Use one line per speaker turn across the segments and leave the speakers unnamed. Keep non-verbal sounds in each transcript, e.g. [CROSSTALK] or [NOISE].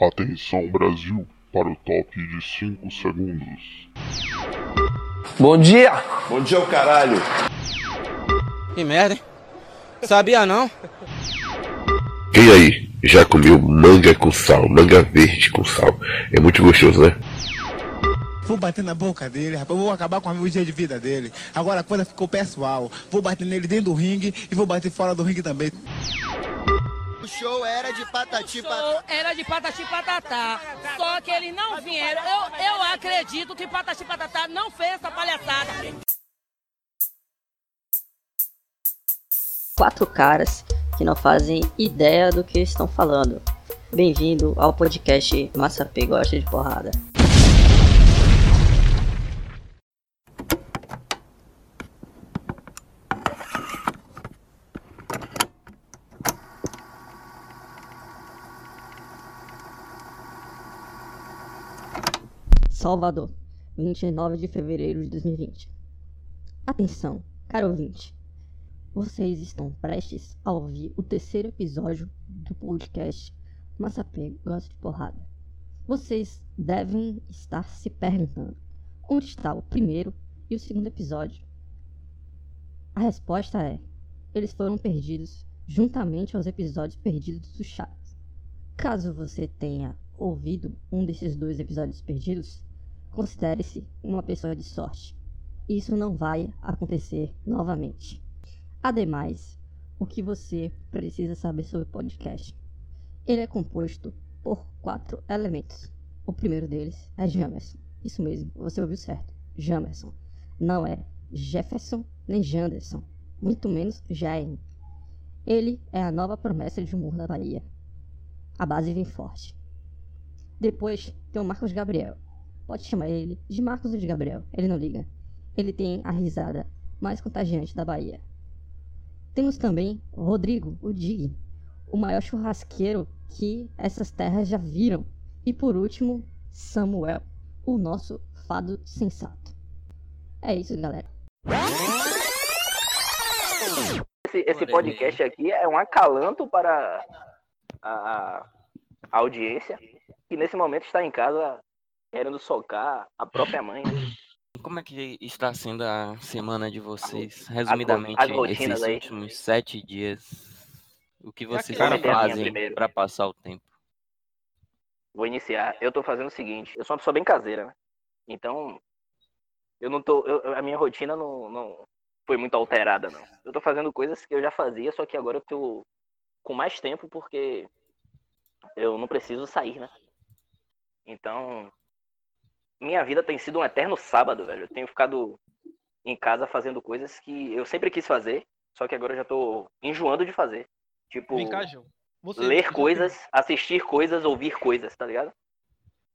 Atenção Brasil para o toque de 5 segundos.
Bom dia!
Bom dia, o caralho!
Que merda, hein? Sabia não?
Quem aí já comeu manga com sal, manga verde com sal? É muito gostoso, né?
Vou bater na boca dele, rapaz. Vou acabar com o dia de vida dele. Agora a coisa ficou pessoal. Vou bater nele dentro do ringue e vou bater fora do ringue também.
O show era de patati
patatá. Era de patati patatá. Só que eles não vieram. Eu, eu acredito que patati patatá não fez essa palhaçada.
Quatro caras que não fazem ideia do que estão falando. Bem-vindo ao podcast Massa P Gosta de Porrada. Salvador, 29 de fevereiro de 2020. Atenção, caro ouvinte. Vocês estão prestes a ouvir o terceiro episódio do podcast Massapê Gosta de Porrada. Vocês devem estar se perguntando onde está o primeiro e o segundo episódio. A resposta é: eles foram perdidos juntamente aos episódios perdidos do Chaves. Caso você tenha ouvido um desses dois episódios perdidos, considere-se uma pessoa de sorte. Isso não vai acontecer novamente. Ademais, o que você precisa saber sobre o podcast? Ele é composto por quatro elementos. O primeiro deles é Jamerson. Isso mesmo, você ouviu certo. Jamerson. Não é Jefferson nem Janderson, muito menos Jaime. Ele é a nova promessa de humor da Bahia. A base vem forte. Depois tem o Marcos Gabriel, pode chamar ele de Marcos ou de Gabriel, ele não liga. Ele tem a risada mais contagiante da Bahia. Temos também Rodrigo, o Dig, o maior churrasqueiro que essas terras já viram. E por último, Samuel, o nosso fado sensato. É isso, galera.
Esse, esse podcast aqui é um acalanto para a, a audiência que nesse momento está em casa querendo socar a própria mãe. né?
Como é que está sendo a semana de vocês? Resumidamente, as, as esses aí. últimos sete dias, o que vocês que
é
fazem para passar o tempo?
Vou iniciar. Eu estou fazendo o seguinte: eu sou uma pessoa bem caseira, né? Então, eu não tô. Eu, a minha rotina não, não foi muito alterada, não. Eu estou fazendo coisas que eu já fazia, só que agora eu estou com mais tempo porque eu não preciso sair, né? Então, minha vida tem sido um eterno sábado, velho. Eu tenho ficado em casa fazendo coisas que eu sempre quis fazer, só que agora eu já tô enjoando de fazer. Tipo, cá, ler coisas, viu? assistir coisas, ouvir coisas, tá ligado?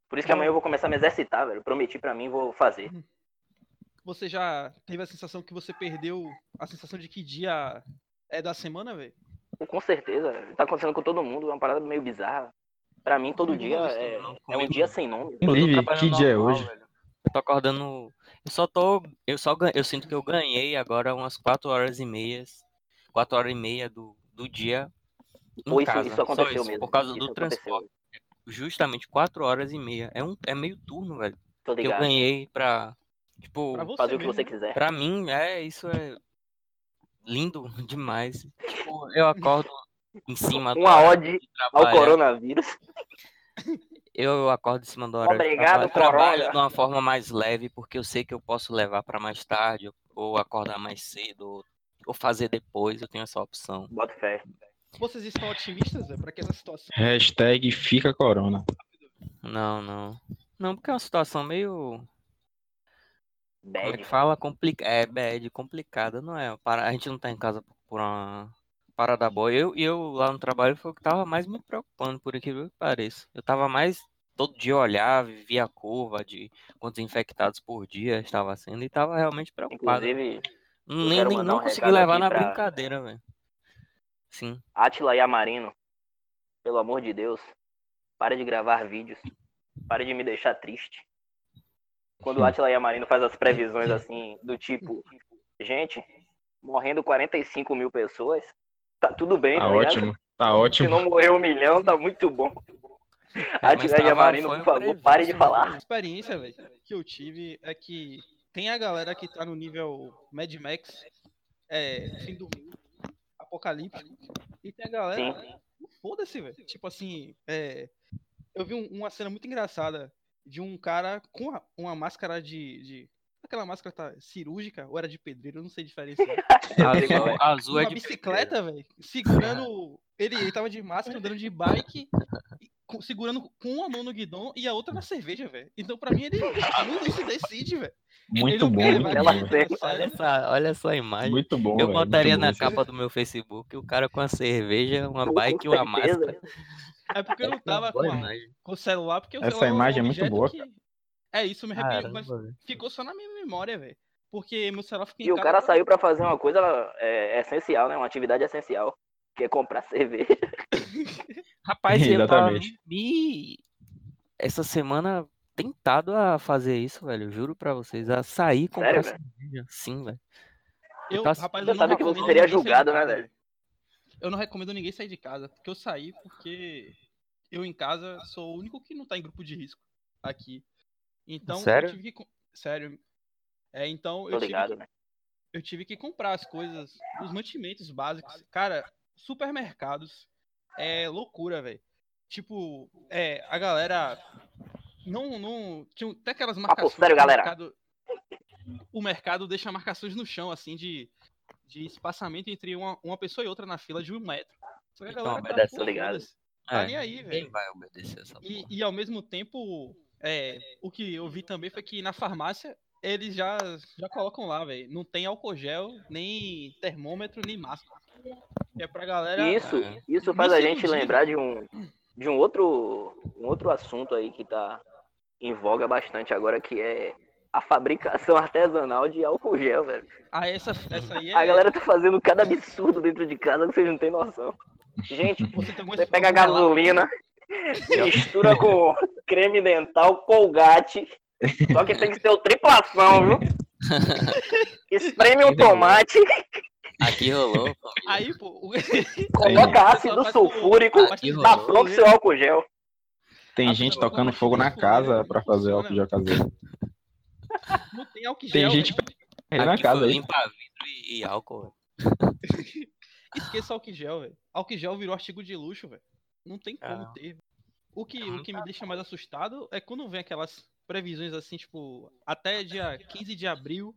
Por isso que amanhã eu vou começar a me exercitar, velho. Prometi para mim, vou fazer.
Você já teve a sensação que você perdeu a sensação de que dia é da semana, velho?
Com certeza, velho. tá acontecendo com todo mundo, é uma parada meio bizarra. Pra mim, todo dia é, é, um dia sem nome.
Inclusive, que dia normal, é hoje?
né?
Velho.
Eu tô acordando. Eu só tô. Eu só eu sinto que eu ganhei agora umas 4 horas e meias. 4 horas e meia do, do dia.
Ou isso, isso, aconteceu isso, mesmo.
Por causa isso do transporte. Justamente 4 horas e meia. É, um, é meio turno, velho.
Tô
ligado. Que eu ganhei pra. Tipo,
pra fazer o que você quiser.
Pra mim, é, isso é lindo [LAUGHS] demais. Tipo, eu acordo em cima
uma ode
é.
ao coronavírus. [LAUGHS]
Eu acordo em cima da hora.
Obrigado,
de trabalho, trabalho de uma forma mais leve, porque eu sei que eu posso levar para mais tarde, ou acordar mais cedo, ou fazer depois, eu tenho essa opção.
Bota fé.
Vocês estão otimistas para que essa situação?
Hashtag fica corona.
Não, não. Não, porque é uma situação meio. Bad. Como é que fala? Complica... É, bad, complicada, não é? A gente não tá em casa por uma parada boa. Eu, eu lá no trabalho foi o que tava mais me preocupando, por aquilo que pareça. Eu tava mais todo dia olhar, via a curva de quantos infectados por dia estava sendo e tava realmente preocupado.
Inclusive,
nem, nem não um consegui levar na pra... brincadeira, velho.
[LAUGHS]
Sim.
Atila e Amarino, pelo amor de Deus, para de gravar vídeos. Para de me deixar triste. Quando o Atila e Amarino faz as previsões assim, do tipo, gente, morrendo 45 mil pessoas, tá tudo bem,
tá, tá ótimo. Tá ótimo.
Se não morrer um milhão, tá muito bom.
é,
A Tirania Marino,
um
por favor, pare
né?
de
A
falar.
experiência, velho, que eu tive é que tem a galera que tá no nível Mad Max, é, fim do mundo, apocalipse, e tem a galera.
Sim.
Foda-se, velho. Tipo assim, é, eu vi um- uma cena muito engraçada de um cara com a- uma máscara de. de- aquela máscara tá cirúrgica ou era de pedreiro, eu não sei né? diferenciar.
Azul- azul é
Uma
de
bicicleta, velho, segurando. [LAUGHS] Ele, ele tava de máscara, andando de bike, e co- segurando com uma mão no guidão e a outra na cerveja, velho. Então, pra mim, ele não não se decide, velho. Ele
Muito
não
bom.
quer levar
Ela
dinheiro,
fez-
sabe?
olha, essa, olha essa imagem.
é Muito bom,
Eu
velho,
botaria
muito bom
na
isso.
capa do meu Facebook o cara com
[LAUGHS]
a cerveja, uma
Com
bike e uma
certeza.
máscara.
É porque [LAUGHS] eu não tava com,
boa
a-
imagem.
com o celular, porque o
Essa
celular um
imagem é muito
objeto
boa,
que- É isso, eu me arrependo, mas
Caramba, velho.
ficou só na minha memória, velho. Porque meu celular fica em
E o
casa
cara
pra-
saiu pra fazer uma coisa é, essencial, né? Uma atividade essencial. Que é comprar [LAUGHS] cerveja.
Rapaz,
[LAUGHS]
eu tava
Exatamente.
me... essa semana tentado a fazer isso, velho. Juro pra vocês, a sair e comprar
Sério, velho?
cerveja. Sim, velho. Tá
Eu,
tava-
rapaz,
Você
eu não
sabe que você
recomendo
seria
ninguém sair de
julgado, né,
casa.
velho?
Eu não recomendo ninguém sair de casa, porque eu saí porque eu em casa sou o único que não tá em grupo de risco aqui. Então,
Sério?
eu tive que. com- Sério. É, então
Tô
eu tive,
ligado,
que,
né?
eu tive que comprar as coisas, os mantimentos básicos. Cara, supermercados é loucura, velho. Tipo, é, a galera. Não, não. Tinha até aquelas marcações.
sério,
que o
galera.
mercado- o mercado deixa marcações no chão, assim, de, de espaçamento entre uma, uma pessoa e outra na fila de um metro. Só que a
Então,
galera
mas
tá,
dessa
pô,
eu ligado.
foda-se. Tá
É,
nem aí, velho.
Quem vai obedecer essa
E, e ao mesmo tempo, é, o que eu vi também foi que na farmácia eles já, já colocam lá, velho. Não tem álcool gel, nem termômetro, nem máscara. É pra galera.
E isso,
É.
isso
Me
faz a gente
iludir.
lembrar de um, de um outro um outro assunto aí que tá em voga bastante agora, que é a fabricação [LAUGHS] artesanal de álcool gel, velho.
Ah, essa, essa aí é.
A galera tá fazendo cada absurdo dentro de casa que vocês não têm noção. Gente,
Você tem alguma
você pega a gasolina, [LAUGHS] mistura com creme dental, colgate, só que tem que ser o triplação, viu? Espreme um tomate,
Aqui rolou. pô.
Aí, pô.
[LAUGHS]
o-
coloca
[LAUGHS]
ácido sulfúrico,
Ah,
tá pronto seu álcool gel.
Tem gente tocando fogo na casa pra fazer álcool gel caseiro.
Não tem álcool
Tem
gel.
gente
velho.
perdendo na
Aqui
casa
foi
aí.
limpa vidro e, e álcool. velho.
Esqueça álcool gel, velho. Álcool gel virou artigo de luxo, velho. Não tem como
Ah.
ter. O que, o
Ah.
que me deixa mais assustado é quando vem aquelas previsões assim, tipo, até dia 15 de abril.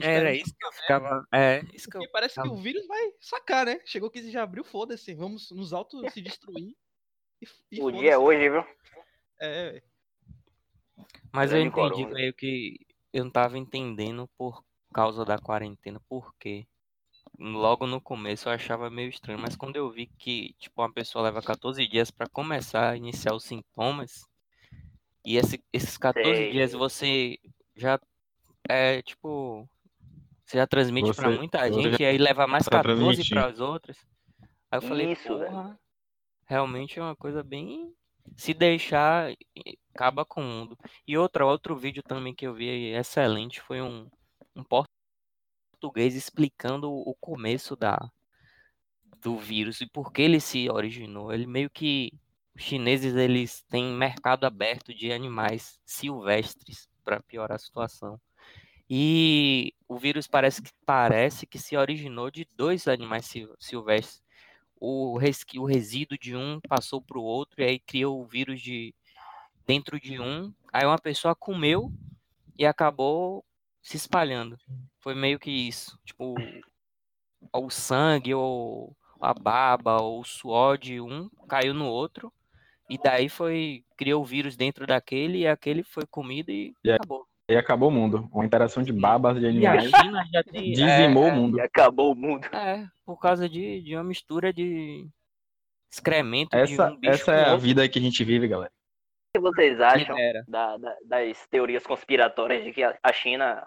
Era isso que eu ficava. É, isso que eu.
Porque
Então,
parece
tá
que
ficava-
o vírus vai sacar, né? Chegou 15 de abril, foda-se. Vamos nos auto se destruir. E, e
O
foda-se.
dia é hoje, viu?
É, velho.
Mas eu
Grande
entendi
corona.
meio que eu não tava entendendo por causa da quarentena, por quê. Logo no começo eu achava meio estranho, mas quando eu vi que, tipo, uma pessoa leva 14 dias pra começar a iniciar os sintomas, e esse- esses 14
Sei.
dias você já é tipo, você já transmite pra
Você-
muita
você
gente
já
e aí leva mais
tá
14
transmitindo.
para as outras. Aí eu falei,
Isso, velho.
porra, realmente é uma coisa bem se deixar e- acaba com o mundo. E outra, outro vídeo também que eu vi excelente foi um, um português explicando o começo da, do vírus e por que ele se originou. Ele meio que. Os chineses eles têm mercado aberto de animais silvestres para piorar a situação. E o vírus parece que, parece que se originou de dois animais sil- silvestres. O, res, o resíduo de um passou para o outro e aí criou o vírus de dentro de um. Aí uma pessoa comeu e acabou se espalhando. Foi meio que isso. Tipo, o sangue ou a baba ou o suor de um caiu no outro. E daí foi, criou o vírus dentro daquele e aquele foi comido e
E aí-
acabou.
E acabou o mundo. Uma interação de babas de
E a
animais
[LAUGHS] China já tem.
dizimou o
E
mundo.
acabou o mundo.
É, por causa de, de uma mistura de excremento de
Essa,
um bicho
essa
com
é a
outro.
vida que a gente vive, galera.
O que vocês
É.
acham
Libera.
da- da- das teorias conspiratórias de que a a China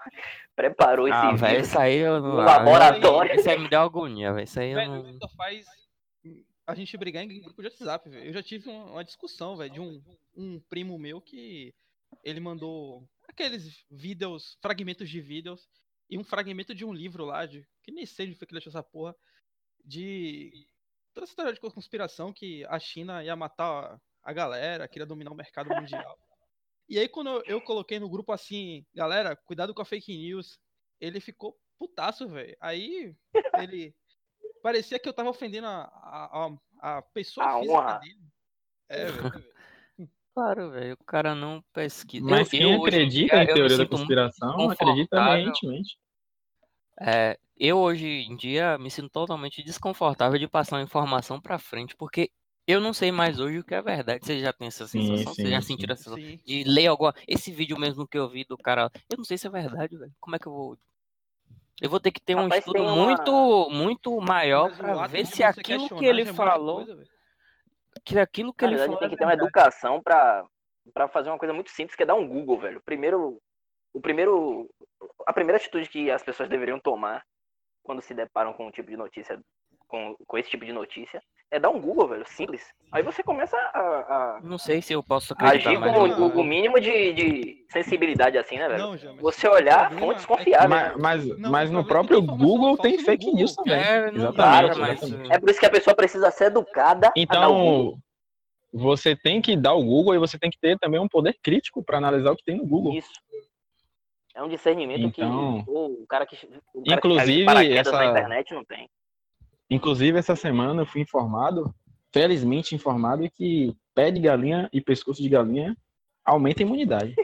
preparou esse
Ah,
vírus?
velho, isso aí eu não.
No laboratório.
Isso aí me deu agonia, velho. Isso aí eu
Velho,
não.
só faz a gente brigar em grupo de WhatsApp, velho. Eu já tive uma, uma discussão, velho, de um, um primo meu que ele mandou aqueles vídeos, fragmentos de vídeos, e um fragmento de um livro lá, de, que nem sei onde foi que ele achou essa porra, de toda essa história de conspiração que a China ia matar a a galera, queria dominar o mercado mundial. E aí, quando eu, eu coloquei no grupo assim, galera, cuidado com a fake news, ele ficou putaço, velho. Aí, ele. Parecia que eu tava ofendendo a, a, a, a pessoa
A
física
honra.
dele. É, velho.
[LAUGHS] Claro, velho, o cara não pesquisa.
Mas quem
hoje
acredita
dia,
em
eu me
teoria da
sinto um muito
conspiração acredita
confortável.
aparentemente.
É, eu hoje em dia me sinto totalmente desconfortável de passar uma informação pra frente, porque eu não sei mais hoje o que é verdade. Você já tem essa
Sim,
sensação? Você
sim,
já
sim.
sentiu essa sensação
Sim.
de ler alguma. Esse vídeo mesmo que eu vi do cara, eu não sei se é verdade, velho. Como é que eu vou. Eu vou ter que ter um
Rapaz,
estudo
tem uma-
muito, muito maior pra
ato
ver
de
é se
você
aquilo que
questionar
ele
já é muita
falou.
coisa, velho.
que aquilo que
Na
ele
verdade,
falou.
tem
é
que ter uma
verdade.
educação pra, pra fazer uma coisa muito simples, que é dar um Google, velho. Primeiro, o primeiro, a primeira atitude que as pessoas deveriam tomar quando se deparam com um tipo de notícia, com, com esse tipo de notícia, é dar um Google, velho, simples. Aí você começa a, a
Não sei se eu posso acreditar,
agir com
mas [LAUGHS] eu-
o, o mínimo de, de sensibilidade assim, né, velho?
Não, já, mas é
você olhar né? fontes confiáveis.
Mas, mas, mas no próprio Google tem fake news também.
É,
Claro, [LAUGHS]
Exatamente.
mas
exatamente.
é por isso que a pessoa precisa ser educada. a Ah, dar o Google.
Então, você tem que dar o Google e você tem que ter também um poder crítico para analisar o que tem no Google.
Isso. É um discernimento
Então-
que o o cara que. O cara
Inclusive,
que caiu de paraquedas
essa-
na internet não tem.
Inclusive, essa semana eu fui informado, felizmente informado, que pé de galinha e pescoço de galinha aumenta a
[LAUGHS]
imunidade.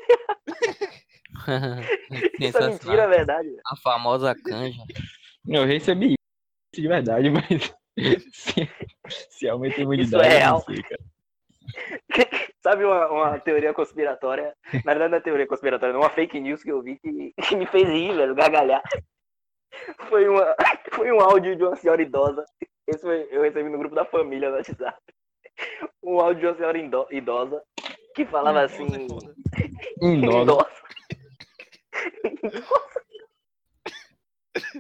Isso é mentira, é verdade. velho.
A famosa canja.
Eu recebi isso de verdade, mas [LAUGHS] se, se aumenta a imunidade.
é
eu não
real.
sei, cara.
Sabe uma, uma teoria conspiratória? Na verdade, não é teoria conspiratória, não. Uma fake news que eu vi que, que me fez rir, velho, gargalhar. Foi, uma, [LAUGHS] foi um áudio de uma senhora idosa. Esse foi- eu recebi no grupo da família no WhatsApp. Um áudio de uma senhora indo- idosa que
Hum.
falava assim. [LAUGHS]
Idosa.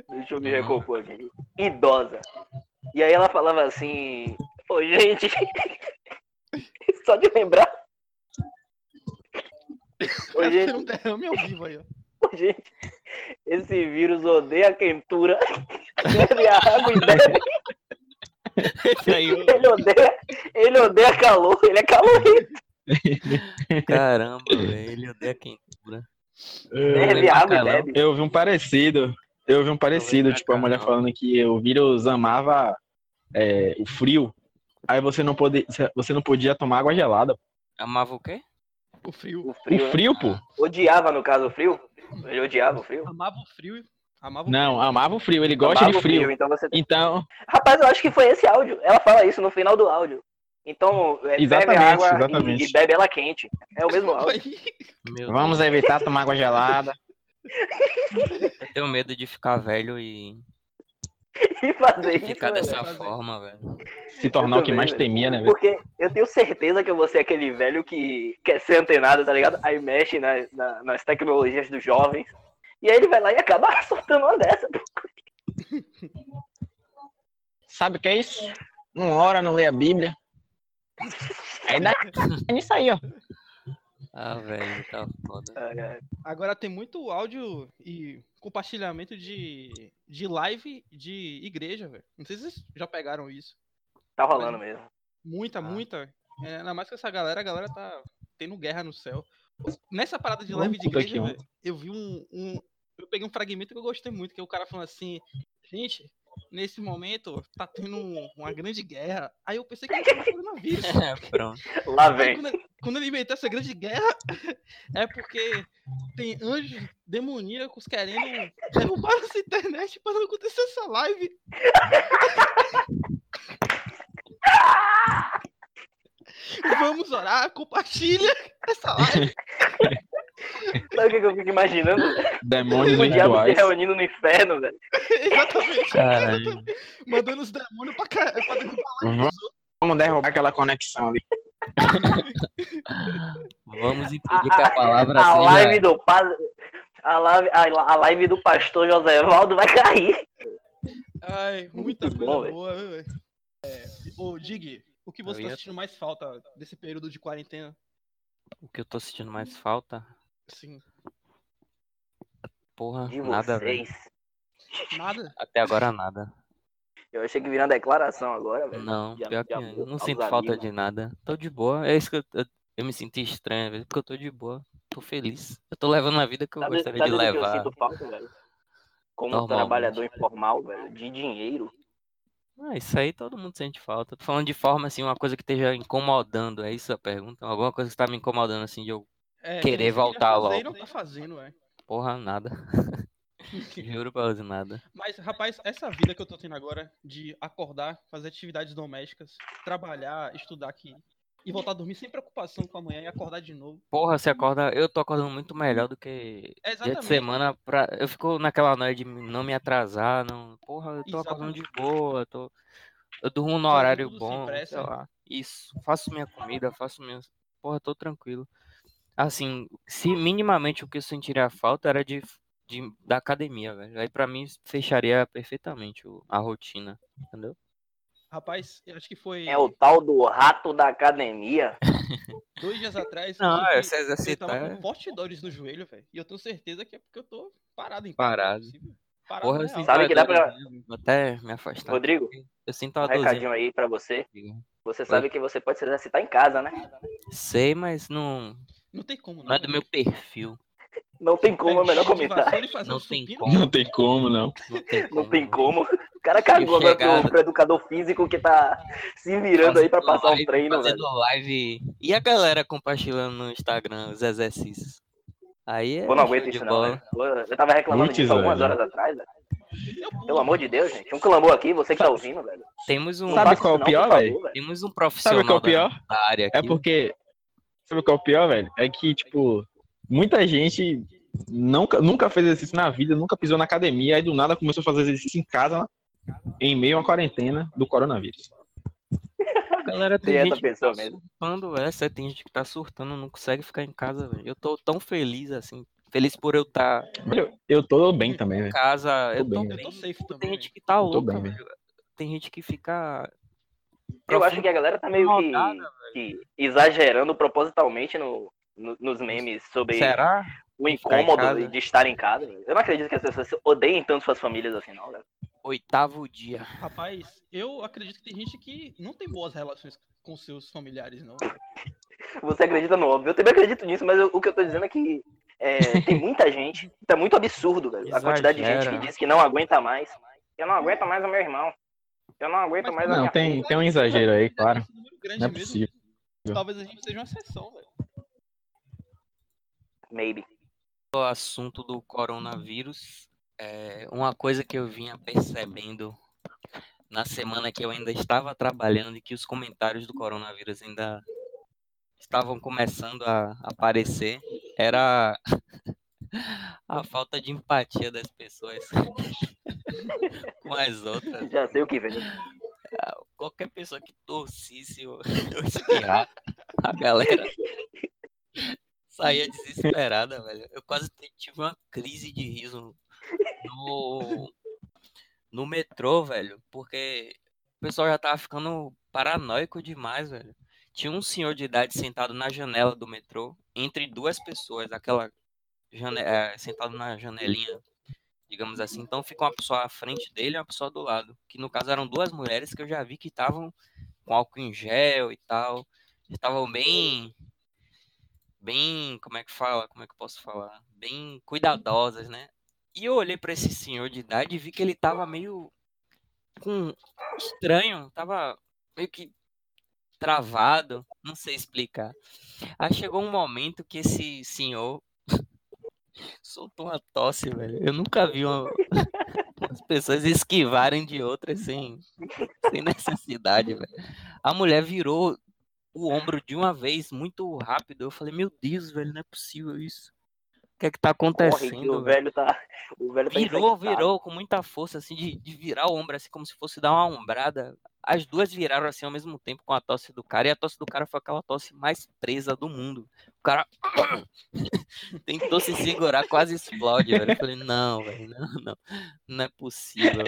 Deixa eu me recompor aqui. Idosa. E aí ela falava assim, ô gente, [LAUGHS] só de lembrar.
[LAUGHS]
Ô
Deve
gente,
ser um derrame ao vivo aí, ó.
ô, gente, esse vírus odeia a quentura. [LAUGHS] Bebe água e bebe. Ele odeia, ele odeia calor, ele é calorento. [LAUGHS]
Caramba, velho, ele odeia quentura.
É,
Bebe água e bebe.
Eu vi um parecido. Eu vi um parecido, tipo, a mulher falando que o vírus amava é, o frio. Aí você não, pode, você não podia tomar água gelada.
Amava o quê?
O frio.
O
O frio, pô.
Odiava, no caso, o frio. Ele odiava o frio.
Amava o frio. Amava o
Não, amava o frio, ele gosta
Amava
de
o frio,
frio.
então você tem-
Então,
Rapaz, eu acho que foi esse áudio. Ela fala isso no final do áudio. Então, é, bebe
Exatamente,
a água e-
exatamente.
e bebe ela quente. É o mesmo áudio.
vamos evitar tomar água gelada.
Eu tenho medo de ficar velho e
[LAUGHS] E fazer isso.
ficar
velho.
dessa forma, velho.
Se tornar o que
Também,
mais
velho.
temia, né, velho?
Porque eu tenho certeza que eu vou ser aquele velho que quer ser antenado, tá ligado? Aí mexe na- na- nas tecnologias dos jovens. E aí ele vai lá e acaba [LAUGHS] soltando uma dessa.
Sabe o que é isso? Não ora, não lê a Bíblia. É, da... é [LAUGHS] nisso aí, ó.
Ah, velho, tá foda.
Agora tem muito áudio e compartilhamento de, de live de igreja, velho. Não sei se vocês já pegaram isso.
Tá rolando mesmo.
Muita, muita. É, ainda mais com essa galera, a galera tá tendo guerra no céu. Nessa parada de
Vamos
live de
puta
igreja,
que
velho, eu vi um, um- Eu peguei um fragmento que eu gostei muito, que é o cara falando assim, gente, nesse momento tá tendo um- uma grande guerra. Aí eu pensei que [LAUGHS] era coronavírus.
É, [LAUGHS] pronto.
Lá
Aí
vem.
Quando, ele- quando ele inventou essa grande guerra, [LAUGHS] é porque tem anjos demoníacos querendo derrubar essa internet pra não acontecer essa live. [LAUGHS] Vamos orar, compartilha essa live. [LAUGHS]
Sabe o que que eu fico imaginando?
[LAUGHS] Demônios
o diabo se
virtuais.
reunindo no inferno, velho.
Exatamente.
Caralho.
Mandando os demônios pra, ca- pra derrubar a live.
Vamos- Vamos derrubar aquela conexão ali.
Vamos impedir que a palavra
né?
a
seja.
live do padre. A live, a, a live do pastor José Valdo vai cair.
Ai, muita coisa
Muito bom, velho.
boa, viu, velho. É, ô, Dig, o que
Eu
você tá
ia-
sentindo mais falta desse período de quarentena?
O que eu tô sentindo mais falta?
Assim,
Porra,
De
nada, velho.
vocês.
nada?
Até agora nada.
Eu achei que viria uma declaração agora, velho.
Não,
De am-
pior
de
que é. eu
amor
não
aos
sinto falta
amigos.
de nada. Tô de boa. É isso que eu, eu, eu me senti estranho, às vezes, porque eu tô de boa. Tô feliz. Eu tô levando a vida que eu
Sabe-
gostaria
sabe
de
do tá que eu
levar. né?
sinto falta, velho? Como
Normalmente.
trabalhador informal, velho, de dinheiro.
Ah, isso aí todo mundo sente falta. Tô falando de forma assim, uma coisa que esteja incomodando, é isso a pergunta? Alguma coisa que tá me incomodando assim de eu
É, tem
querer
gente que queria
voltar
fazer
logo.
e não tá fazendo, é.
Porra, nada. [LAUGHS] Juro pra você, nada.
Mas, rapaz, essa vida que eu tô tendo agora, de acordar, fazer atividades domésticas, trabalhar, estudar aqui, e voltar a dormir sem preocupação com amanhã e acordar de novo.
Porra, você acorda. Eu tô acordando muito melhor do que
É,
dia de
exatamente.
semana. Pra... Eu fico naquela noia de não me atrasar. Não... Porra, eu tô acordando de boa. Tô... Eu durmo no horário
tudo sem
bom. Sei
pressa.
lá. Isso. Faço minha comida, faço minhas. Porra, tô tranquilo. Assim, se minimamente o que eu sentiria falta era de, de- da academia, velho. Aí pra mim fecharia perfeitamente o- a rotina. Entendeu?
Rapaz, eu acho que foi
É o tal do rato da academia.
dois dias atrás.
Não,
eu tive-
é, se exercitar
Eu tava
é-
com fortes dores no joelho, velho. E eu tenho certeza que é porque eu tô parado em casa.
Parado.
Parado é
Porra, assim, eu
real.
sinto
Sabe
a
que dá
dor
pra-
mesmo, Vou até me afastar.
Rodrigo,
Eu sinto
um
a dorzinha.
recadinho aí pra você. Você sabe que você pode se exercitar em casa, né?
Sei, mas não.
Não tem como,
Não é do meu perfil.
Não tem como, é melhor
[LAUGHS]
comentar.
Tá
Não tem como.
Não tem como, né? não.
Não tem como. O cara cagou agora pro,
Chegada.
pro educador físico que tá se virando aí pra passar um
Live,
treino,
fazendo
velho.
live. E a galera compartilhando no Instagram os exercícios. Aí é.
Pô, não
show
aguento
de
isso não,
bola.
velho. Pô, Eu tava reclamando
Putz,
disso algumas
velho.
horas atrás, velho. Pelo amor de Deus, gente. Um clamor aqui, você que tá ouvindo, velho.
Temos um.
Sabe Não faça qual é o isso não, pior, por favor, velho? velho.
Temos um profissional
Sabe qual é o
da-
pior?
da área aqui.
É porque. Sabe qual é o pior, velho? É que, tipo, muita gente nunca, nunca fez exercício na vida, nunca pisou na academia, aí do nada começou a fazer exercício em casa, em meio à quarentena do coronavírus.
A galera
Tem
tem
essa
gente que
pessoa
tá
mesmo.
surtando, essa tem gente que tá surtando, não consegue ficar em casa, velho. Eu tô tão feliz assim. Feliz por eu estar
Eu, eu tô bem também, velho.
casa, eu tô
É. bem,
bem.
velho.
Tem gente que tá
Eu tô
louca,
bem, velho.
velho. Tem gente que fica.
Eu acho que a galera tá meio que,
Rodada,
que exagerando propositalmente no, no- nos memes sobre
Será?
o
Ficar em
incômodo
casa?
de estar em casa. velho. Eu não acredito que as pessoas se odeiem tanto suas famílias assim, não, velho.
Oitavo dia.
Rapaz, eu acredito que tem gente que não tem boas relações com seus familiares, não.
Você acredita no óbvio. Eu também acredito nisso, mas eu- o que eu tô dizendo é que é, tem muita gente. Tá muito absurdo, velho. A quantidade de gente que
Exagera.
diz que não aguenta mais. Eu não aguento mais o meu irmão. Eu não aguento mais a
Não,
minha
é
tem, tem um exagero aí, claro. Não é possível.
Talvez a gente seja uma exceção, velho.
Maybe.
O assunto do coronavírus é uma coisa que eu vinha percebendo na semana que eu ainda estava trabalhando e que os comentários do coronavírus ainda estavam começando a aparecer era [LAUGHS] a falta de empatia das pessoas [LAUGHS] com as outras.
Já sei o que vem.
Ah, Qualquer pessoa que tossisse [LAUGHS] ou ou espirrasse, [LAUGHS] a galera saía desesperada, velho. Eu quase te- tive uma crise de riso no, no metrô, velho, porque o pessoal já tava ficando paranoico demais, velho. Tinha um senhor de idade sentado na janela do metrô, entre duas pessoas, aquela jane- eh, sentado na janelinha, digamos assim. Então fica uma pessoa à frente dele e uma pessoa do lado, que no caso eram duas mulheres que eu já vi que estavam com álcool em gel e tal, estavam bem bem, como é que fala? Como é que eu posso falar? Bem cuidadosas, né? E eu olhei pra esse senhor de idade e vi que ele tava meio com estranho, tava meio que travado, não sei explicar. Aí chegou um momento que esse senhor [LAUGHS] soltou uma tosse, velho. Eu nunca vi uma... [LAUGHS] as pessoas esquivarem de outras sem, sem necessidade, velho. A mulher virou o ombro de uma vez, muito rápido. Eu falei, meu Deus, velho, não é possível isso. O que é que tá acontecendo?
Corre, que o velho tá. O velho tá
Virou,
infectado.
virou com muita força, assim, de, de virar o ombro, assim, como se fosse dar uma ombrada. As duas viraram, assim, ao mesmo tempo com a tosse do cara. E a tosse do cara foi aquela tosse mais presa do mundo. O cara [COUGHS] tentou se segurar, quase explode, velho. Eu falei, não, velho, não, não. Não é possível.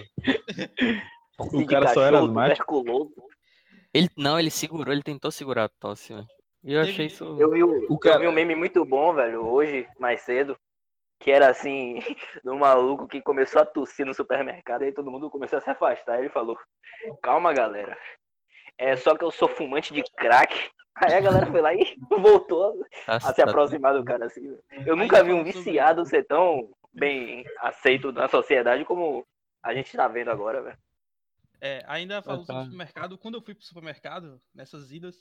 O cara só era asmático.
Ele, não, ele segurou, ele tentou segurar a tosse, velho. E eu achei isso...
Eu vi, um o,
cara-
eu vi um meme muito bom, velho, hoje, mais cedo. que era assim, [LAUGHS] do maluco que começou a tossir no supermercado, aí todo mundo começou a se afastar. Aí ele falou: Calma, galera. É só que eu sou fumante de crack. Aí a galera foi lá e [LAUGHS] voltou
Nossa,
a se
[LAUGHS]
aproximar do cara assim. Eu nunca vi um viciado ser tão bem aceito na sociedade como a gente tá vendo agora, velho.
É, ainda falando
tá.
sobre supermercado, quando eu fui pro supermercado, nessas idas,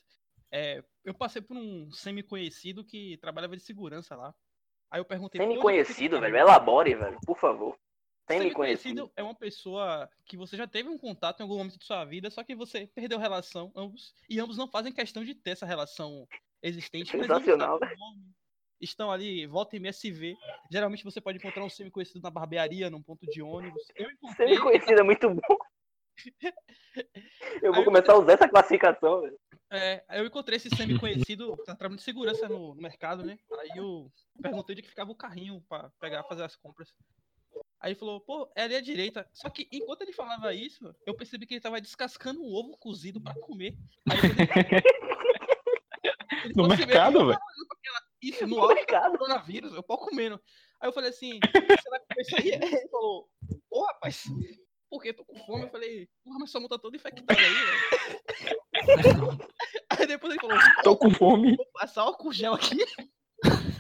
é, eu passei por um semi-conhecido que trabalhava de segurança lá. Aí eu perguntei... "Pô, onde é que
Semi-conhecido,
fica?"
velho. Elabore, velho. Por favor. Semi-conhecido.
Semi-conhecido é uma pessoa que você já teve um contato em algum momento de sua vida, só que você perdeu relação, ambos, e ambos não fazem questão de ter essa relação existente. mas ambos
Sensacional,
sabem o nome, Estão ali, volta e meia se vê. Geralmente você pode encontrar um semi-conhecido na barbearia, num ponto de ônibus. Eu encontrei.
Semi-conhecido é muito bom. Eu
Aí
vou começar a usar essa classificação, velho.
É, aí eu encontrei esse semi-conhecido, tá trabalhando de segurança no, no mercado, né? Aí eu perguntei onde que ficava o carrinho pra pegar, fazer as compras. Aí ele falou, pô, é ali à direita. Só que enquanto ele falava isso, eu percebi que ele tava descascando um ovo cozido pra comer. Aí eu
[LAUGHS]
falei,
No
Quando você vê,
mercado,
ele
velho?
tá olhando pra aquela- Isso, no auge do coronavírus, eu pau comendo. Aí eu falei assim, será que isso aí é? Ele falou, ô rapaz, por que tô com fome? Eu falei, porra, mas sua mão tá toda infectada aí, velho. Aí depois ele falou,
Tô com fome.
vou passar álcool gel aqui. [LAUGHS]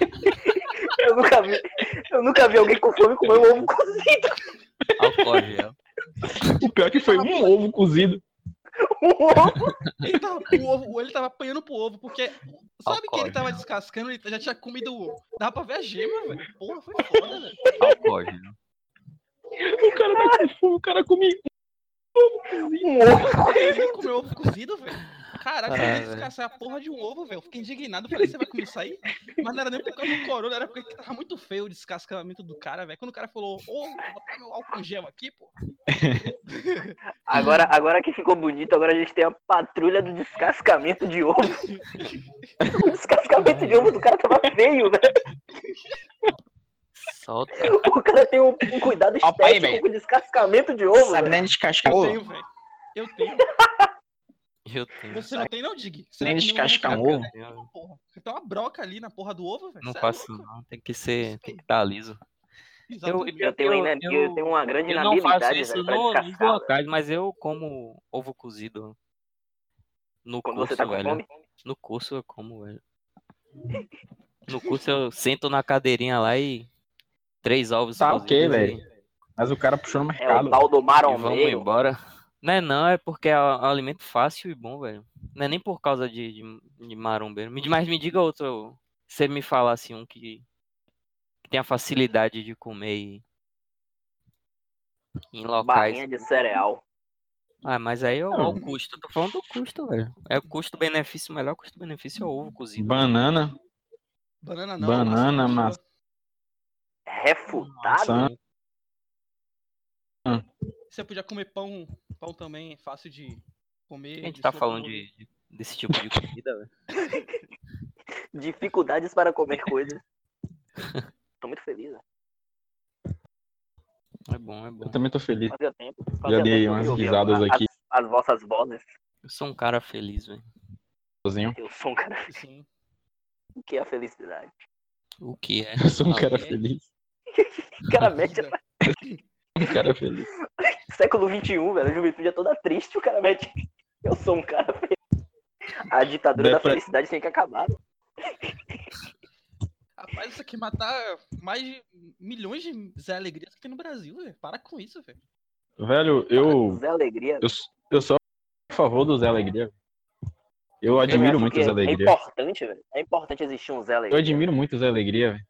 Eu nunca vi, eu nunca vi alguém com fome comer um ovo cozido.
O pior é que foi um ovo cozido.
Um ovo?
Ele tava, o ovo, ele tava apanhando pro ovo, porque sabe que ele tava descascando, ele já tinha comido o ovo. Dava pra ver a gema, velho. Porra, foi foda, velho.
O cara tá com fome, o cara come
Um ovo
Ele comeu ovo cozido, velho. Caraca,
Ah,
ele
velho.
descascar a porra de um ovo, velho. Eu Fiquei indignado, falei, você vai comer isso aí? Mas não era nem por causa do corona, era porque tava muito feio o descascamento do cara, velho. Quando o cara falou, ô, vou botar meu álcool em gel aqui, pô.
Agora, agora que ficou bonito, agora a gente tem a patrulha do descascamento de ovo. O descascamento de ovo do cara tava feio, velho.
Solta.
O cara tem um, um cuidado
Apanha,
estético
velho. né?
com o descascamento de ovo.
Sabe
velho.
nem descascar ovo?
Eu tenho, velho. Eu tenho.
Eu tenho.
Você não tem, não, Dig? Você
Nem
vai comer
descascar
ovo,
um
cara?
ovo?
Porra. Você tem uma broca ali na porra do ovo, velho.
Não
Cê é
faço não, tem que ser, tem que dar liso.
Exatamente.
Eu tenho ina- eu tenho uma grande
eu não faço
inabilidade,
isso
velho, pra
no, nos
descascar,
locais, mas eu como ovo cozido no
Quando
curso,
você tá com
velho.
fome?
No curso eu como, velho. No curso eu sento na cadeirinha lá e três ovos
Tá
cozidos
ok,
e-
velho. Mas o cara puxou no
É
mercado.
e vamos embora. Não é não, é porque é um alimento fácil e bom, velho. Não é nem por causa de, de, de marombeiro. Me- Mas me diga outro, se você me falar assim, um que, que tem a facilidade de comer e- em locais.
Barrinha de cereal.
Ah, mas aí é o, é o
Não.
custo. Eu tô falando do custo, velho. É o custo-benefício, o melhor custo-benefício é o ovo cozido.
Banana.
Banana
não,
Banana,
maçã.
maçã.
Refutado?
Você podia comer pão, pão também, é fácil de comer.
A gente
de
tá
sua
falando
comida.
de, de- desse tipo de comida, velho.
Dificuldades para comer coisas. [LAUGHS] Tô muito feliz, né? velho.
É bom, é bom.
Eu também tô feliz.
Fazia tempo.
Já
fazia
dei
tempo que
umas
eu ouvia
risadas
as-
aqui.
As, as vossas vozes.
Eu sou um cara feliz, velho.
Sozinho. [LAUGHS]
Eu sou um cara. [LAUGHS]
Sim.
O que é a felicidade?
O que
[LAUGHS]
é?
Eu sou um cara
Alguém-
feliz.
O cara mete essa.
Um cara feliz.
[LAUGHS] Século XXI, velho. A juventude é toda triste. O cara mete. [LAUGHS] Eu sou um cara [LAUGHS] feliz. A ditadura da
Depre-
felicidade tem que acabar.
Rapaz, isso aqui matar mais de milhões de Zé Alegrias que tem no Brasil, velho. Para com isso, velho.
Velho, eu.
Zé Alegria.
Eu, eu sou a favor do Zé Alegria. Eu admiro
acho
muito
que
o Zé
É
Alegria.
importante, velho. É importante existir um Zé
Eu
Alegria.
admiro muito o Zé Alegria, velho.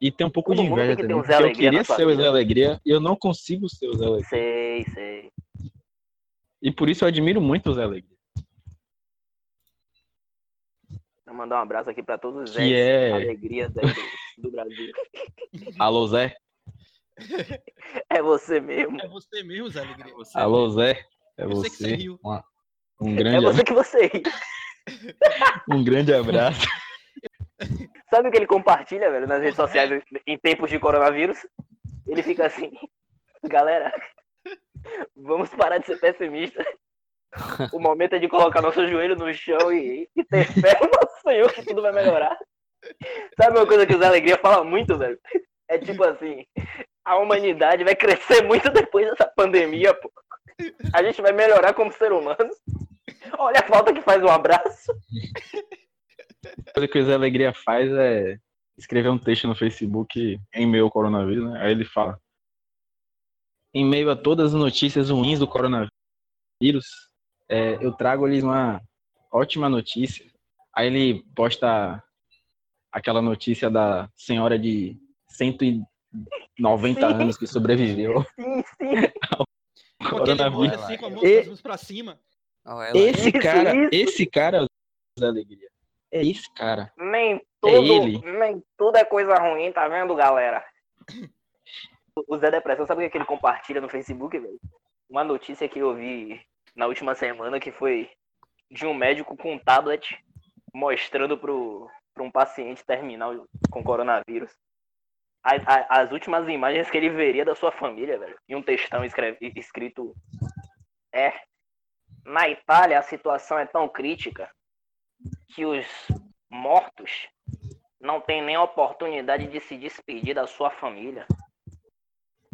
E tem um pouco
Todo
de
mundo tem
inveja
que ter
também.
um Zé
porque eu
Alegria
queria
na sua
ser o
vida.
Zé Alegria e eu não consigo ser o Zé Alegria.
Sei, sei.
E por isso eu admiro muito o Zé Alegria.
Vou mandar um abraço aqui pra todos os
Que
Zés.
é-
Alegria da- do Brasil.
Alô, Zé.
É você mesmo.
É você mesmo, Zé Alegria.
Alô, Zé. É
Eu sei que você
você.
riu.
Uma- Um
É
grande,
você que você ri.
um grande abraço.
Sabe o que ele compartilha, velho, nas redes sociais em tempos de coronavírus? Ele fica assim, galera, vamos parar de ser pessimista. O momento é de colocar nosso joelho no chão e, e ter fé no nosso Senhor que tudo vai melhorar. Sabe uma coisa que o Zé Alegria fala muito, velho? É tipo assim, a humanidade vai crescer muito depois dessa pandemia, pô. A gente vai melhorar como ser humano. Olha a falta que faz um abraço.
A coisa que o Zé Alegria faz é escrever um texto no Facebook em meio ao coronavírus, né? Aí ele fala: Em meio a todas as notícias ruins do coronavírus, é, eu trago lhes uma ótima notícia. Aí ele posta aquela notícia da senhora de 190
Sim.
anos que
[LAUGHS]
sobreviveu.
Sim, sim.
Com aquele
Coronavírus.
bunda assim, com a mão
é E-
dos pra cima.
Esse cara,
é isso.
esse cara é o Zé Alegria. É esse cara.
Nem
É ele.
tudo, nem tudo é coisa ruim, tá vendo, galera? O- O Zé Depressão, sabe o que, é que ele compartilha no Facebook, velho? Uma notícia que eu vi na última semana que foi de um médico com um tablet mostrando pro, pra um paciente terminal com coronavírus a- a- as últimas imagens que ele veria da sua família, velho. E um textão escreve- escrito é na Itália a situação é tão crítica que os mortos não têm nem a oportunidade de se despedir da sua família.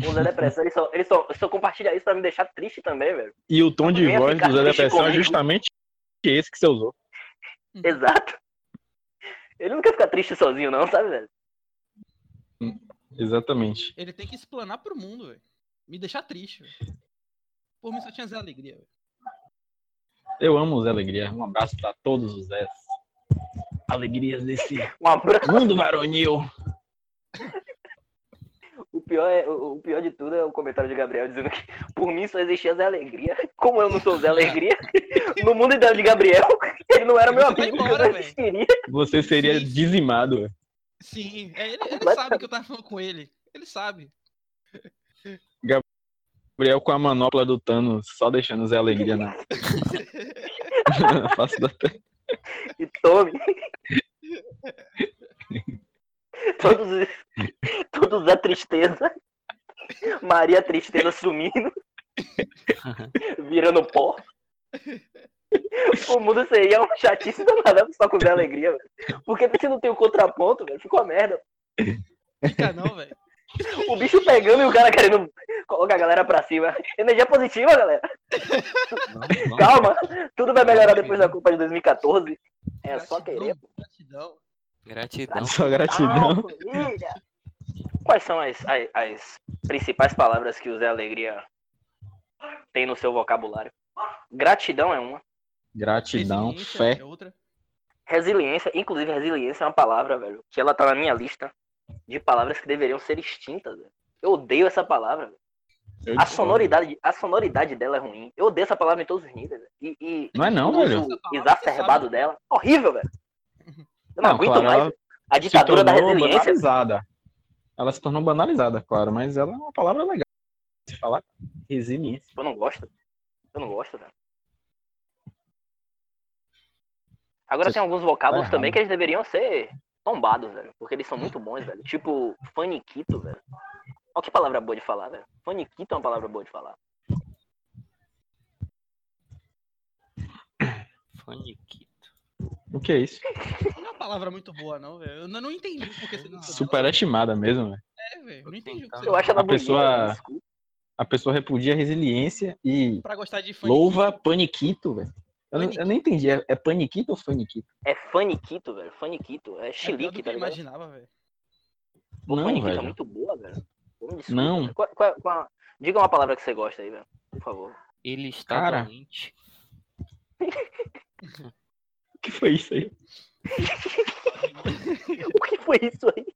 O Zé Depressão, ele só, ele só, só compartilha isso pra me deixar triste também, velho.
E o tom de
Venha
voz
ficar
do Zé
triste
Depressão é
comigo.
justamente esse que você usou.
Exato. Ele não quer ficar triste sozinho, não, sabe, velho?
Exatamente.
Ele tem que explanar pro mundo, velho. Me deixar triste, velho. Por mim só tinha Zé Alegria, velho.
Eu amo o Zé Alegria. Um abraço pra todos os Zés. Alegrias desse
Um abraço.
mundo varonil.
O pior, é, o o pior de tudo é o comentário de Gabriel dizendo que por mim só existia Zé Alegria. Como eu não sou Zé Alegria, [LAUGHS] no mundo ideal de Gabriel, [LAUGHS] ele não era meu
Você vai
amigo.
embora,
eu não
velho.
existiria.
Você seria dizimado.
Sim, é, ele, ele sabe que eu tava falando com ele. Ele sabe.
Gabriel com a manopla do Thanos, só deixando o Zé Alegria na, na face da terra.
E tome. Todos, todos a tristeza. Maria Tristeza sumindo. Virando pó. O mundo seria um chatice danada só com Zé Alegria, velho. Porque se não tem o contraponto, velho, ficou a merda.
Fica não, velho.
O bicho pegando e o cara querendo. Coloca a galera pra cima. Energia positiva, galera. Calma. Tudo vai melhorar depois da Copa de 2014. É só querer.
Gratidão.
Gratidão.
Só gratidão.
Ah, família. Quais são as, as, as principais palavras que o Zé Alegria tem no seu vocabulário? Gratidão é uma.
Gratidão,
é
fé.
Resiliência, inclusive resiliência é uma palavra, velho, que ela tá na minha lista de palavras que deveriam ser extintas. velho. Eu odeio essa palavra. velho.
Eu
A
discordo.
sonoridade, a sonoridade dela é ruim. Eu odeio essa palavra em todos os níveis. velho. E, e
Não é não,
o uso
velho.
exacerbado dela. Horrível, velho. Eu não, aguento
claro,
mais.
ela
velho. A
se
ditadura da
tornou
resiliência.
Banalizada. Ela se tornou banalizada, claro, mas ela é uma palavra legal. Se falar resiliência.
Eu não gosto. Eu não gosto, velho. Agora
Você
tem alguns vocábulos
tá
também
errado.
que eles deveriam ser tombados, velho. Porque eles são muito bons, velho. Tipo, faniquito, velho. Olha que palavra boa de falar, velho. Faniquito é uma palavra boa de falar.
Faniquito.
O que é isso?
Não é uma palavra muito boa, não, velho. Eu não não entendi porque você não
Superestimada mesmo, né? velho.
É, velho. Não entendi o que você
Eu acho ela
A
bonita.
pessoa,
velho.
a pessoa repudia a resiliência e
Pra gostar de fã.
louva paniquito, velho. Eu, não- eu não entendi. É, é paniquito ou faniquito?
É faniquito, velho. Faniquito.
É pior
É
do
chilique,
que
tá
eu
ligado?
imaginava, velho.
Pô,
Não,
faniquito é
velho.
muito boa, velho. Pô, me desculpa,
Não.
velho. Qual- qual- qual- Diga uma palavra que você gosta aí, velho. Por favor.
Ele está
Cara.
doente.
O que foi isso aí?
O que foi isso aí?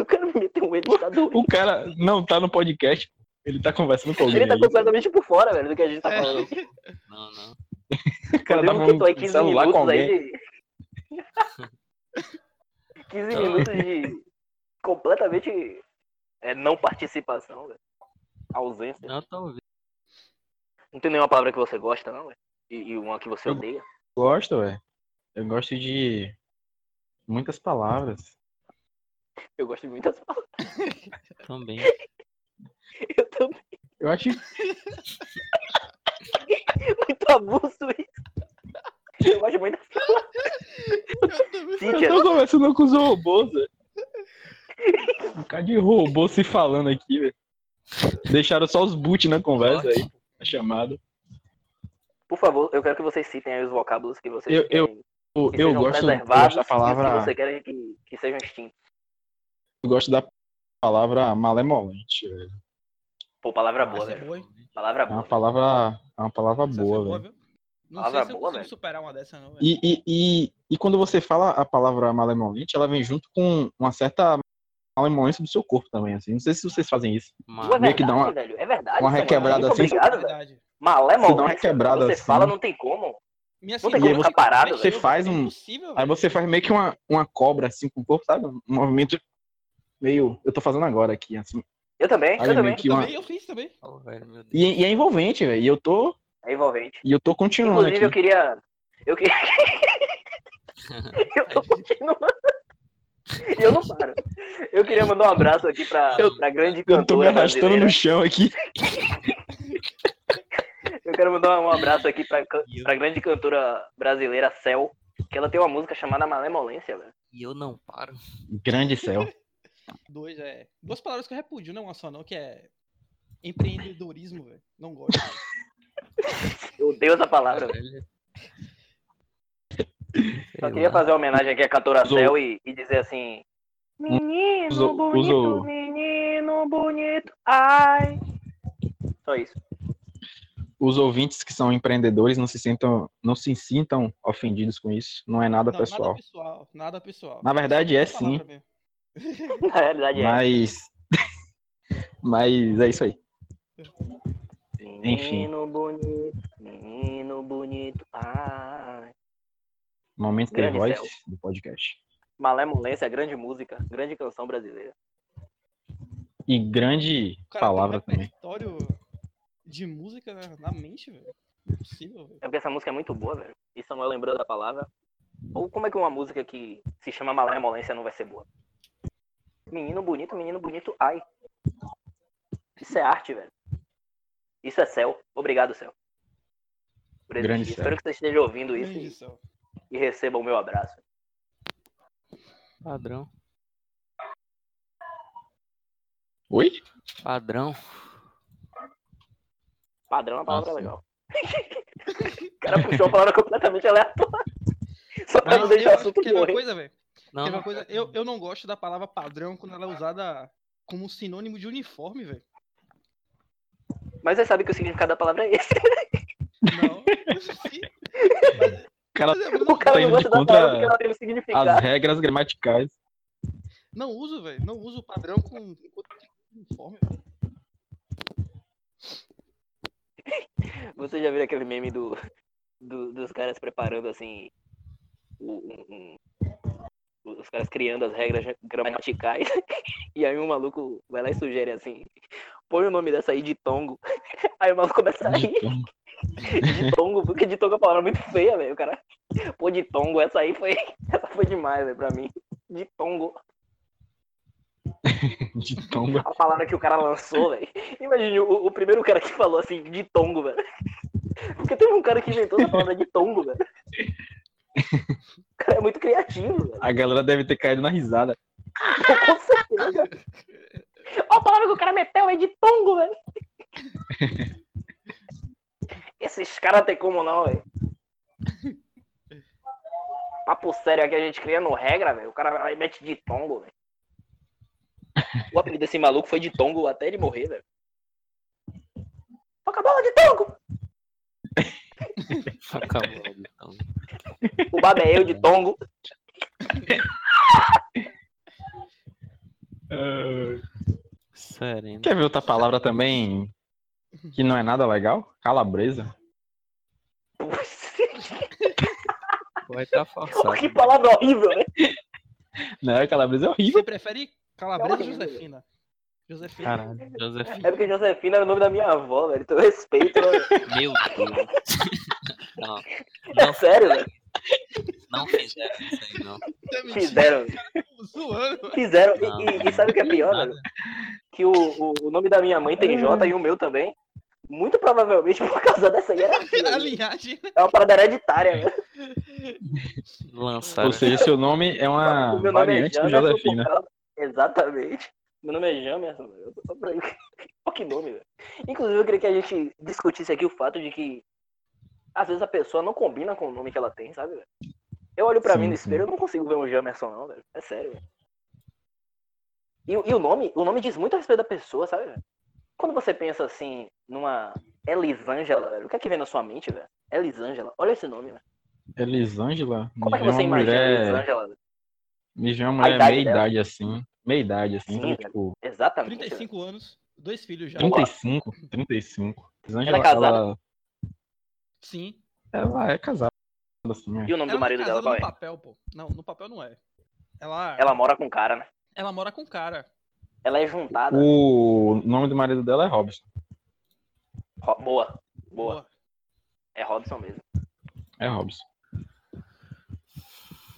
O cara me meteu um ele tá doido.
O cara não tá no podcast. Ele tá conversando com alguém.
Ele tá
aí.
completamente por fora, velho, do que a gente tá falando.
Não, não.
O cara
Eu
tá
lembro que eu tô
falando no
aí 15
celular com
minutos aí
alguém.
de. [LAUGHS] 15 minutos de completamente é, não participação, velho. Ausência.
Não, tô ouvindo.
Não tem nenhuma palavra que você gosta, não, velho. E, e uma que você
Eu-
odeia.
Gosto, velho. Eu gosto de muitas palavras.
Eu gosto de muitas palavras.
Também.
[LAUGHS] Eu também.
Eu acho
Muito abuso isso. [LAUGHS] Eu gosto de muitas palavras.
Eu tô
Cíntia,
conversando com os robôs, velho. Um bocado de robô se falando aqui, velho. Deixaram só os boot na conversa aí, na chamada.
Por favor, eu quero que vocês citem aí os vocábulos que vocês
Eu- eu-
querem
Eu,
que
eu
sejam
gosto, eu
preservados
gosto da
e os que
palavra.
você quer que, que sejam extintos.
Eu gosto da palavra malemolente, velho.
Pô, palavra boa, né? velho. Palavra
Ah, É uma
boa.
palavra, é uma palavra boa, velho.
Não
Palavra
sei se eu
boa,
consigo
velho.
superar uma dessa, não, velho.
E, e, e, e quando você fala a palavra malemolente, ela vem junto com uma certa malemolência do seu corpo também, assim. Não sei se vocês fazem isso.
Pô, é
Meio que
verdade,
dá uma,
velho. É verdade.
uma
mano.
requebrada
Muito
assim,
Obrigado,
sabe?
velho. Malémola.
Você dá uma requebrada
Você
assim.
fala, não tem como.
Minha
não tem
E aí
como
você,
ficar parado,
você
velho.
faz um. Aí você faz meio que uma, uma cobra assim com o corpo, sabe? Um movimento meio. Eu tô fazendo agora aqui, assim.
Eu também,
Aí
eu
meio
também.
que uma-
Eu fiz também.
E, e é envolvente, velho. E eu tô.
É envolvente.
E eu tô continuando
Inclusive, eu
aqui.
queria...
[LAUGHS]
Eu queria... [LAUGHS]
É
eu tô continuando. E eu não paro. Eu queria mandar um abraço aqui pra, pra grande
Eu tô me
cantora
arrastando
brasileira.
no chão
[LAUGHS]
aqui.
Eu quero mandar um abraço aqui pra, can- pra grande cantora brasileira, Cel, que ela tem uma música chamada Malemolência, velho.
E eu não paro.
Grande céu.
Dois, é. Duas palavras que eu repudio, não uma só, não, que é empreendedorismo, velho. Não gosto.
Eu odeio essa palavra, velho. Só queria fazer uma homenagem aqui à cantora
Usou.
Cel e, e dizer assim. Menino
Usou-
bonito,
usou-
menino bonito, ai. Só isso. [LAUGHS]
Os ouvintes que são empreendedores não se sintam, não se sintam ofendidos com isso. Não é nada
Não,
pessoal.
Nada pessoal, nada pessoal.
Na verdade, é
Só uma palavra mesmo.
Na realidade é
Mas. [LAUGHS] Mas é isso aí. Enfim,
assim, Menino bonito, menino bonito, ai.
momento de
Grande
voz
céu.
do podcast.
Malemolência, é grande música, grande canção brasileira.
E grande palavra também.
um Repertório de música na, na mente, velho. Impossível, velho.
É porque essa música é muito boa, velho. E Samuel lembrou da palavra. Ou como é que uma música que se chama Malemolência não vai ser boa? Menino bonito, menino bonito, ai. Isso é arte, velho. Isso é céu. Obrigado, céu. Por
Grande
existir.
céu.
Espero que você esteja ouvindo isso e- e receba o meu abraço.
Padrão.
Oi?
Padrão.
Padrão é uma palavra
Ah, sim.
legal. [LAUGHS] o cara puxou uma palavra completamente aleatória. Só pra não deixar o assunto
Quer ver é uma
morrer.
coisa, velho?
Não,
Quer ver
não.
uma coisa? Eu, eu não gosto da palavra padrão quando ela é usada como sinônimo de uniforme,
[LAUGHS]
velho.
Mas você sabe que o significado da palavra é esse.
O cara,
[LAUGHS] O um cara
tá
não
indo de
gosta da palavra porque
contra
ela tem um significado.
as regras
[LAUGHS]
gramaticais.
Não uso, velho. Não uso padrão com com uniforme, velho.
Você já viu aquele meme do, do- dos caras preparando assim. o- um- um- os caras criando as regras gramaticais. [LAUGHS] E aí um maluco vai lá e sugere assim: põe o nome dessa aí de tongo. [LAUGHS] Aí o maluco começa a rir. De tongo, porque de tongo é uma palavra muito feia, velho. O cara, pô, de tongo, essa aí foi. [LAUGHS] Essa foi demais, velho, pra mim. De tongo.
De tomba.
[LAUGHS] A palavra que o cara lançou, velho. Imagina o, o primeiro cara que falou assim, de tongo, velho. Porque teve um cara que inventou essa palavra de tongo, velho. O cara é muito criativo, velho.
A galera deve ter caído na risada.
Com certeza. Olha a palavra que o cara meteu, é de tongo, velho. Esses caras tem como não, velho. Papo sério aqui, a gente criando regra, velho. O cara vai lá e mete de tongo, velho. O apelido desse maluco foi de tongo até ele morrer, velho. Toca a bola de tongo!
Acabou. Então.
O baba é eu de tongo.
Sereno.
Quer ver outra palavra também que não é nada legal? Calabresa.
Vai tá forçado.
Que palavra horrível, né?
Não, calabresa é horrível.
Você prefere calabresa ou Josefina? Josefina.
Caralho, Josefina.
É porque Josefina era o nome da minha avó, velho. Então eu respeito, né?
Meu Deus. [LAUGHS] Não,
É sério, velho.
não fizeram isso aí, não.
Fizeram,
Zoando, [LAUGHS] velho.
Fizeram. E-
Não,
e, e sabe o que é pior, velho? Que o, o, o nome da minha mãe tem J e o meu também. Muito provavelmente por causa dessa é hierarquia.
A
velho.
linhagem.
É uma parada hereditária, velho.
Lançaram.
Ou seja, seu nome é uma
O meu nome é
Ah, variante do
Jana. eu sou por
Josefina.
causa- Exatamente. Meu nome é Jamerson, velho. Eu tô branco. [LAUGHS] Olha que nome, velho. Inclusive, eu queria que a gente discutisse aqui o fato de que às vezes a pessoa não combina com o nome que ela tem, sabe, velho? Eu olho pra
Sim,
mim no
sim.
espelho e não consigo ver um Jamerson, não, velho. É sério, velho. E, o- e o nome, o nome diz muito a respeito da pessoa, sabe, velho? Quando você pensa assim numa Elisângela, velho, o que é que vem na sua mente, velho? Elisângela, olha esse nome, velho.
Elisângela?
Como é que
Me
você
vê uma
imagina
mulher-
Elisângela?
Me vê uma
A
mulher
idade
meia
dela.
idade assim. Meia idade assim,
Sim,
então,
velho.
tipo.
é
Exatamente.
35 anos, dois filhos já.
35, 35. Elisângela,
é Ela é casada?
ela,
Sim.
ela é casada assim. é.
E o
Ela
nome do
não é
marido
casada
dela qual
no
é?
papel, pô. Não, no papel não é. Ela,
Ela mora com o cara, né?
ela mora com o cara.
Ela é juntada.
O nome do marido dela é Robson.
Ro- Boa, boa. É Robson mesmo.
É Robson.
Hum.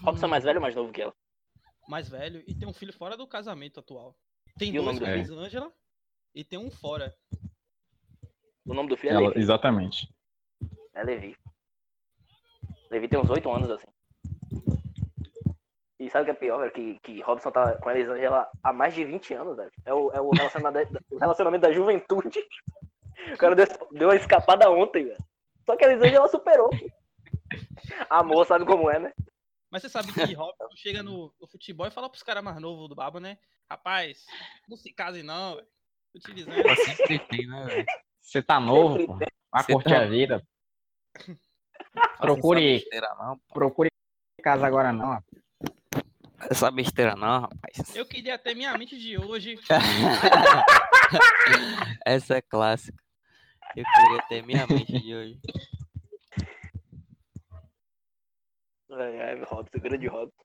Robson é mais velho ou mais novo que ela?
Mais velho e tem um filho fora do casamento atual. Tem
E o
dois
nome
com a
dele?
Elisângela e tem um fora.
O nome do filho é
Ela,
Levi.
exatamente.
É Levi. Levi tem uns 8 anos, assim. E sabe o que é pior, velho? Que, que Robson tá com a Elisângela há mais de 20 anos, velho. É o, é o relacionamento, da, [LAUGHS] o relacionamento da juventude. O cara deu, deu uma escapada ontem, velho. Só que a Elisângela superou. Amor, sabe como é, né?
Mas você sabe que
[LAUGHS]
Robson chega no, no futebol e fala pros caras mais novos do Baba, né? Rapaz, não se casem não, velho. Utilizando.
assim, né,
Você tá novo, pô. Vai
Você
curtir
tá-
a vida.
Procure.
Procure. Procure casa agora não, rapaz.
Essa besteira não, rapaz. [LAUGHS]
Eu queria ter minha mente de hoje.
Essa é clássica. Eu queria ter minha mente de hoje.
Ai, ai, Robson, grande Robson.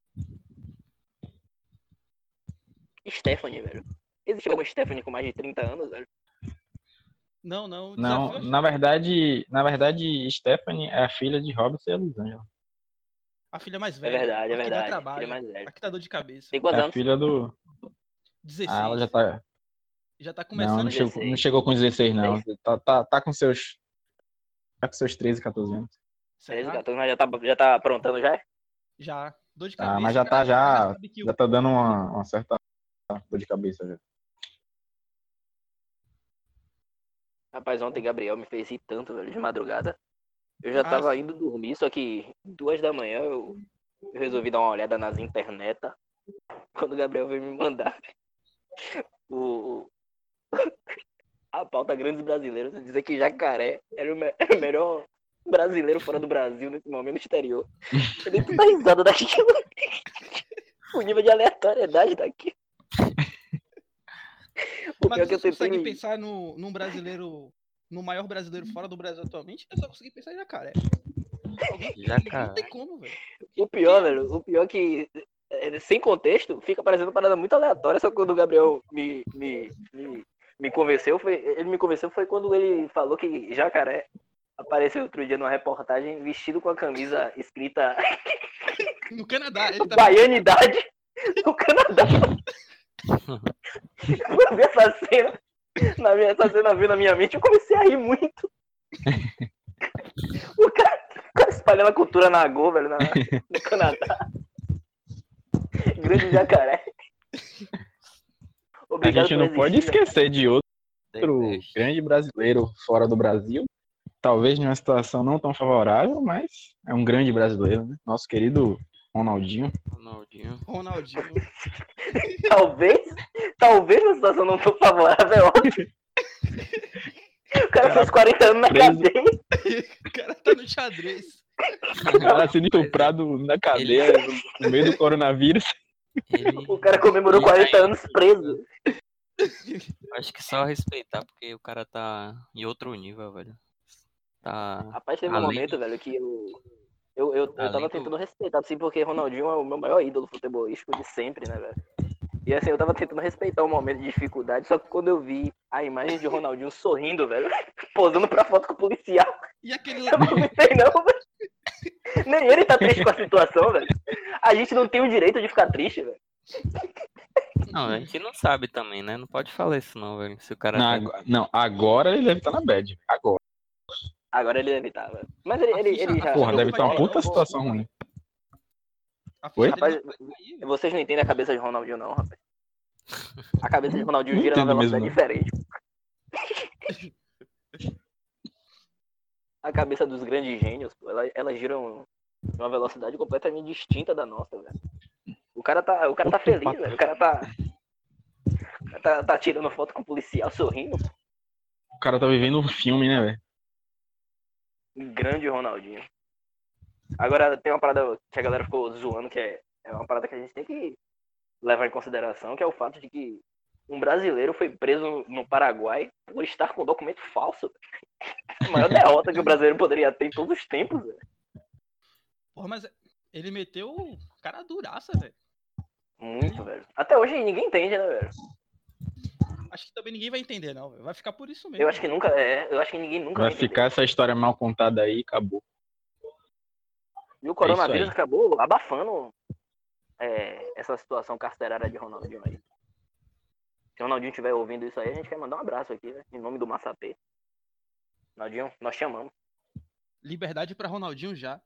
Stephanie, velho. Existe alguma Stephanie com mais de 30 anos, velho?
Não, não.
Não, na verdade, na verdade, Stephanie é a filha de Robson e Elisângela.
A filha mais
É
velha.
verdade, é
a que dá
verdade.
trabalho,
Filha mais velha.
a que dá dor de cabeça.
Tem
É a filha do.
16.
Ah, ela já tá.
Já tá começando
Não, não
a
chegou, não chegou com 16, não. Tá, tá, tá com seus. Tá com seus 13, 14 anos.
13, 14, mas já tá, já tá aprontando já?
Já. Dor de cabeça.
Ah, mas já tá já.
que
Já tá dando uma, uma certa dor de cabeça já.
Rapaz, ontem Gabriel me fez rir tanto, velho, de madrugada. Eu já
Ah,
tava
sim.
indo dormir, só que duas da manhã eu, eu resolvi dar uma olhada nas interneta. Quando o Gabriel veio me mandar o, [LAUGHS] o- a pauta Grandes Brasileiros, dizer que Jacaré era o, me- [LAUGHS] era o melhor brasileiro fora do Brasil nesse momento exterior. Eu dei tanta risada daquilo. [LAUGHS] o nível de aleatoriedade daqui. O pior é
Mas
que eu
você consegue
tentei-
pensar no, num brasileiro, no maior brasileiro fora do Brasil atualmente? Eu só consegui pensar em jacaré. Não
Jacaré.
tem como, velho.
O pior, velho, o pior que é, sem contexto, fica parecendo uma parada muito aleatória, só que quando o Gabriel me, me, me, me convenceu, foi, ele me convenceu foi quando ele falou que jacaré apareceu outro dia numa reportagem vestido com a camisa escrita
No Canadá, ele tá.
Baianidade no Canadá. Quando eu vi essa cena, na minha, essa cena veio na minha mente, eu comecei a rir muito. O cara, o cara espalhando a cultura na Go, velho, na, no Canadá. Grande jacaré.
a
Obrigado
gente
por
não pode
existir, né?
esquecer de outro grande brasileiro fora do Brasil. Talvez numa situação não tão favorável, mas é um grande brasileiro, né? Nosso querido Ronaldinho.
Ronaldinho.
Ronaldinho.
Talvez, talvez na situação não tão favorável, é óbvio. O cara fez 40 anos na
preso.
cadeia.
O cara tá no xadrez.
O cara sendo estuprado na cadeia no meio do coronavírus.
O cara comemorou 40 anos preso.
Acho que só respeitar, porque o cara tá em outro nível, velho. Tá.
Rapaz, teve um
além
momento, velho, que eu, eu, eu, eu
Além
tava
do-
tentando respeitar, assim, porque Ronaldinho é o meu maior ídolo futebolístico de sempre, né, velho? E assim, eu tava tentando respeitar o momento de dificuldade, só que quando eu vi a imagem de Ronaldinho sorrindo, velho, [LAUGHS] posando pra foto com o policial, [LAUGHS]
E aquele.
eu não sei não, velho. Nem ele tá triste com a situação, velho. A gente não tem o direito de ficar triste, velho.
Não, a gente não sabe também, né? Não pode falar isso não, velho. Se o cara
Não,
tá-
agora, não, agora ele deve estar na bad. Agora.
Agora ele deve estar, velho. Mas ele, ele, ele já.
Porra, deve estar uma
Olha,
puta situação ruim. Oi?
Rapaz, vocês não entendem a cabeça de Ronaldinho, não, rapaz. A cabeça de Ronaldinho
Não
gira numa
entendo
velocidade diferente. A cabeça dos grandes gênios, pô, ela, elas giram em uma velocidade completamente distinta da nossa, velho. O cara tá, o cara tá feliz, velho. O cara tá, o cara tá. Tá tirando foto com o policial, sorrindo.
O cara tá vivendo um filme, né, velho?
Grande Ronaldinho. Agora tem uma parada que a galera ficou zoando, que é, é uma parada que a gente tem que levar em consideração, que é o fato de que um brasileiro foi preso no Paraguai por estar com um documento falso. [LAUGHS] A maior derrota que o brasileiro poderia ter em todos os tempos. velho.
Porra, mas ele meteu o cara duraça, velho.
Muito, velho. Até hoje ninguém entende, né, velho?
Acho que também ninguém vai entender, não, velho. Vai ficar por isso mesmo.
Eu acho que nunca, é, eu acho que ninguém nunca
Vai
entender.
ficar essa história mal contada aí, acabou.
E o coronavírus
aí.
acabou abafando é, essa situação carcerária de Ronaldinho aí. Se o Ronaldinho estiver ouvindo isso aí, a gente quer mandar um abraço aqui, né? Em nome do Massapê. Ronaldinho, nós te amamos.
Liberdade pra Ronaldinho já.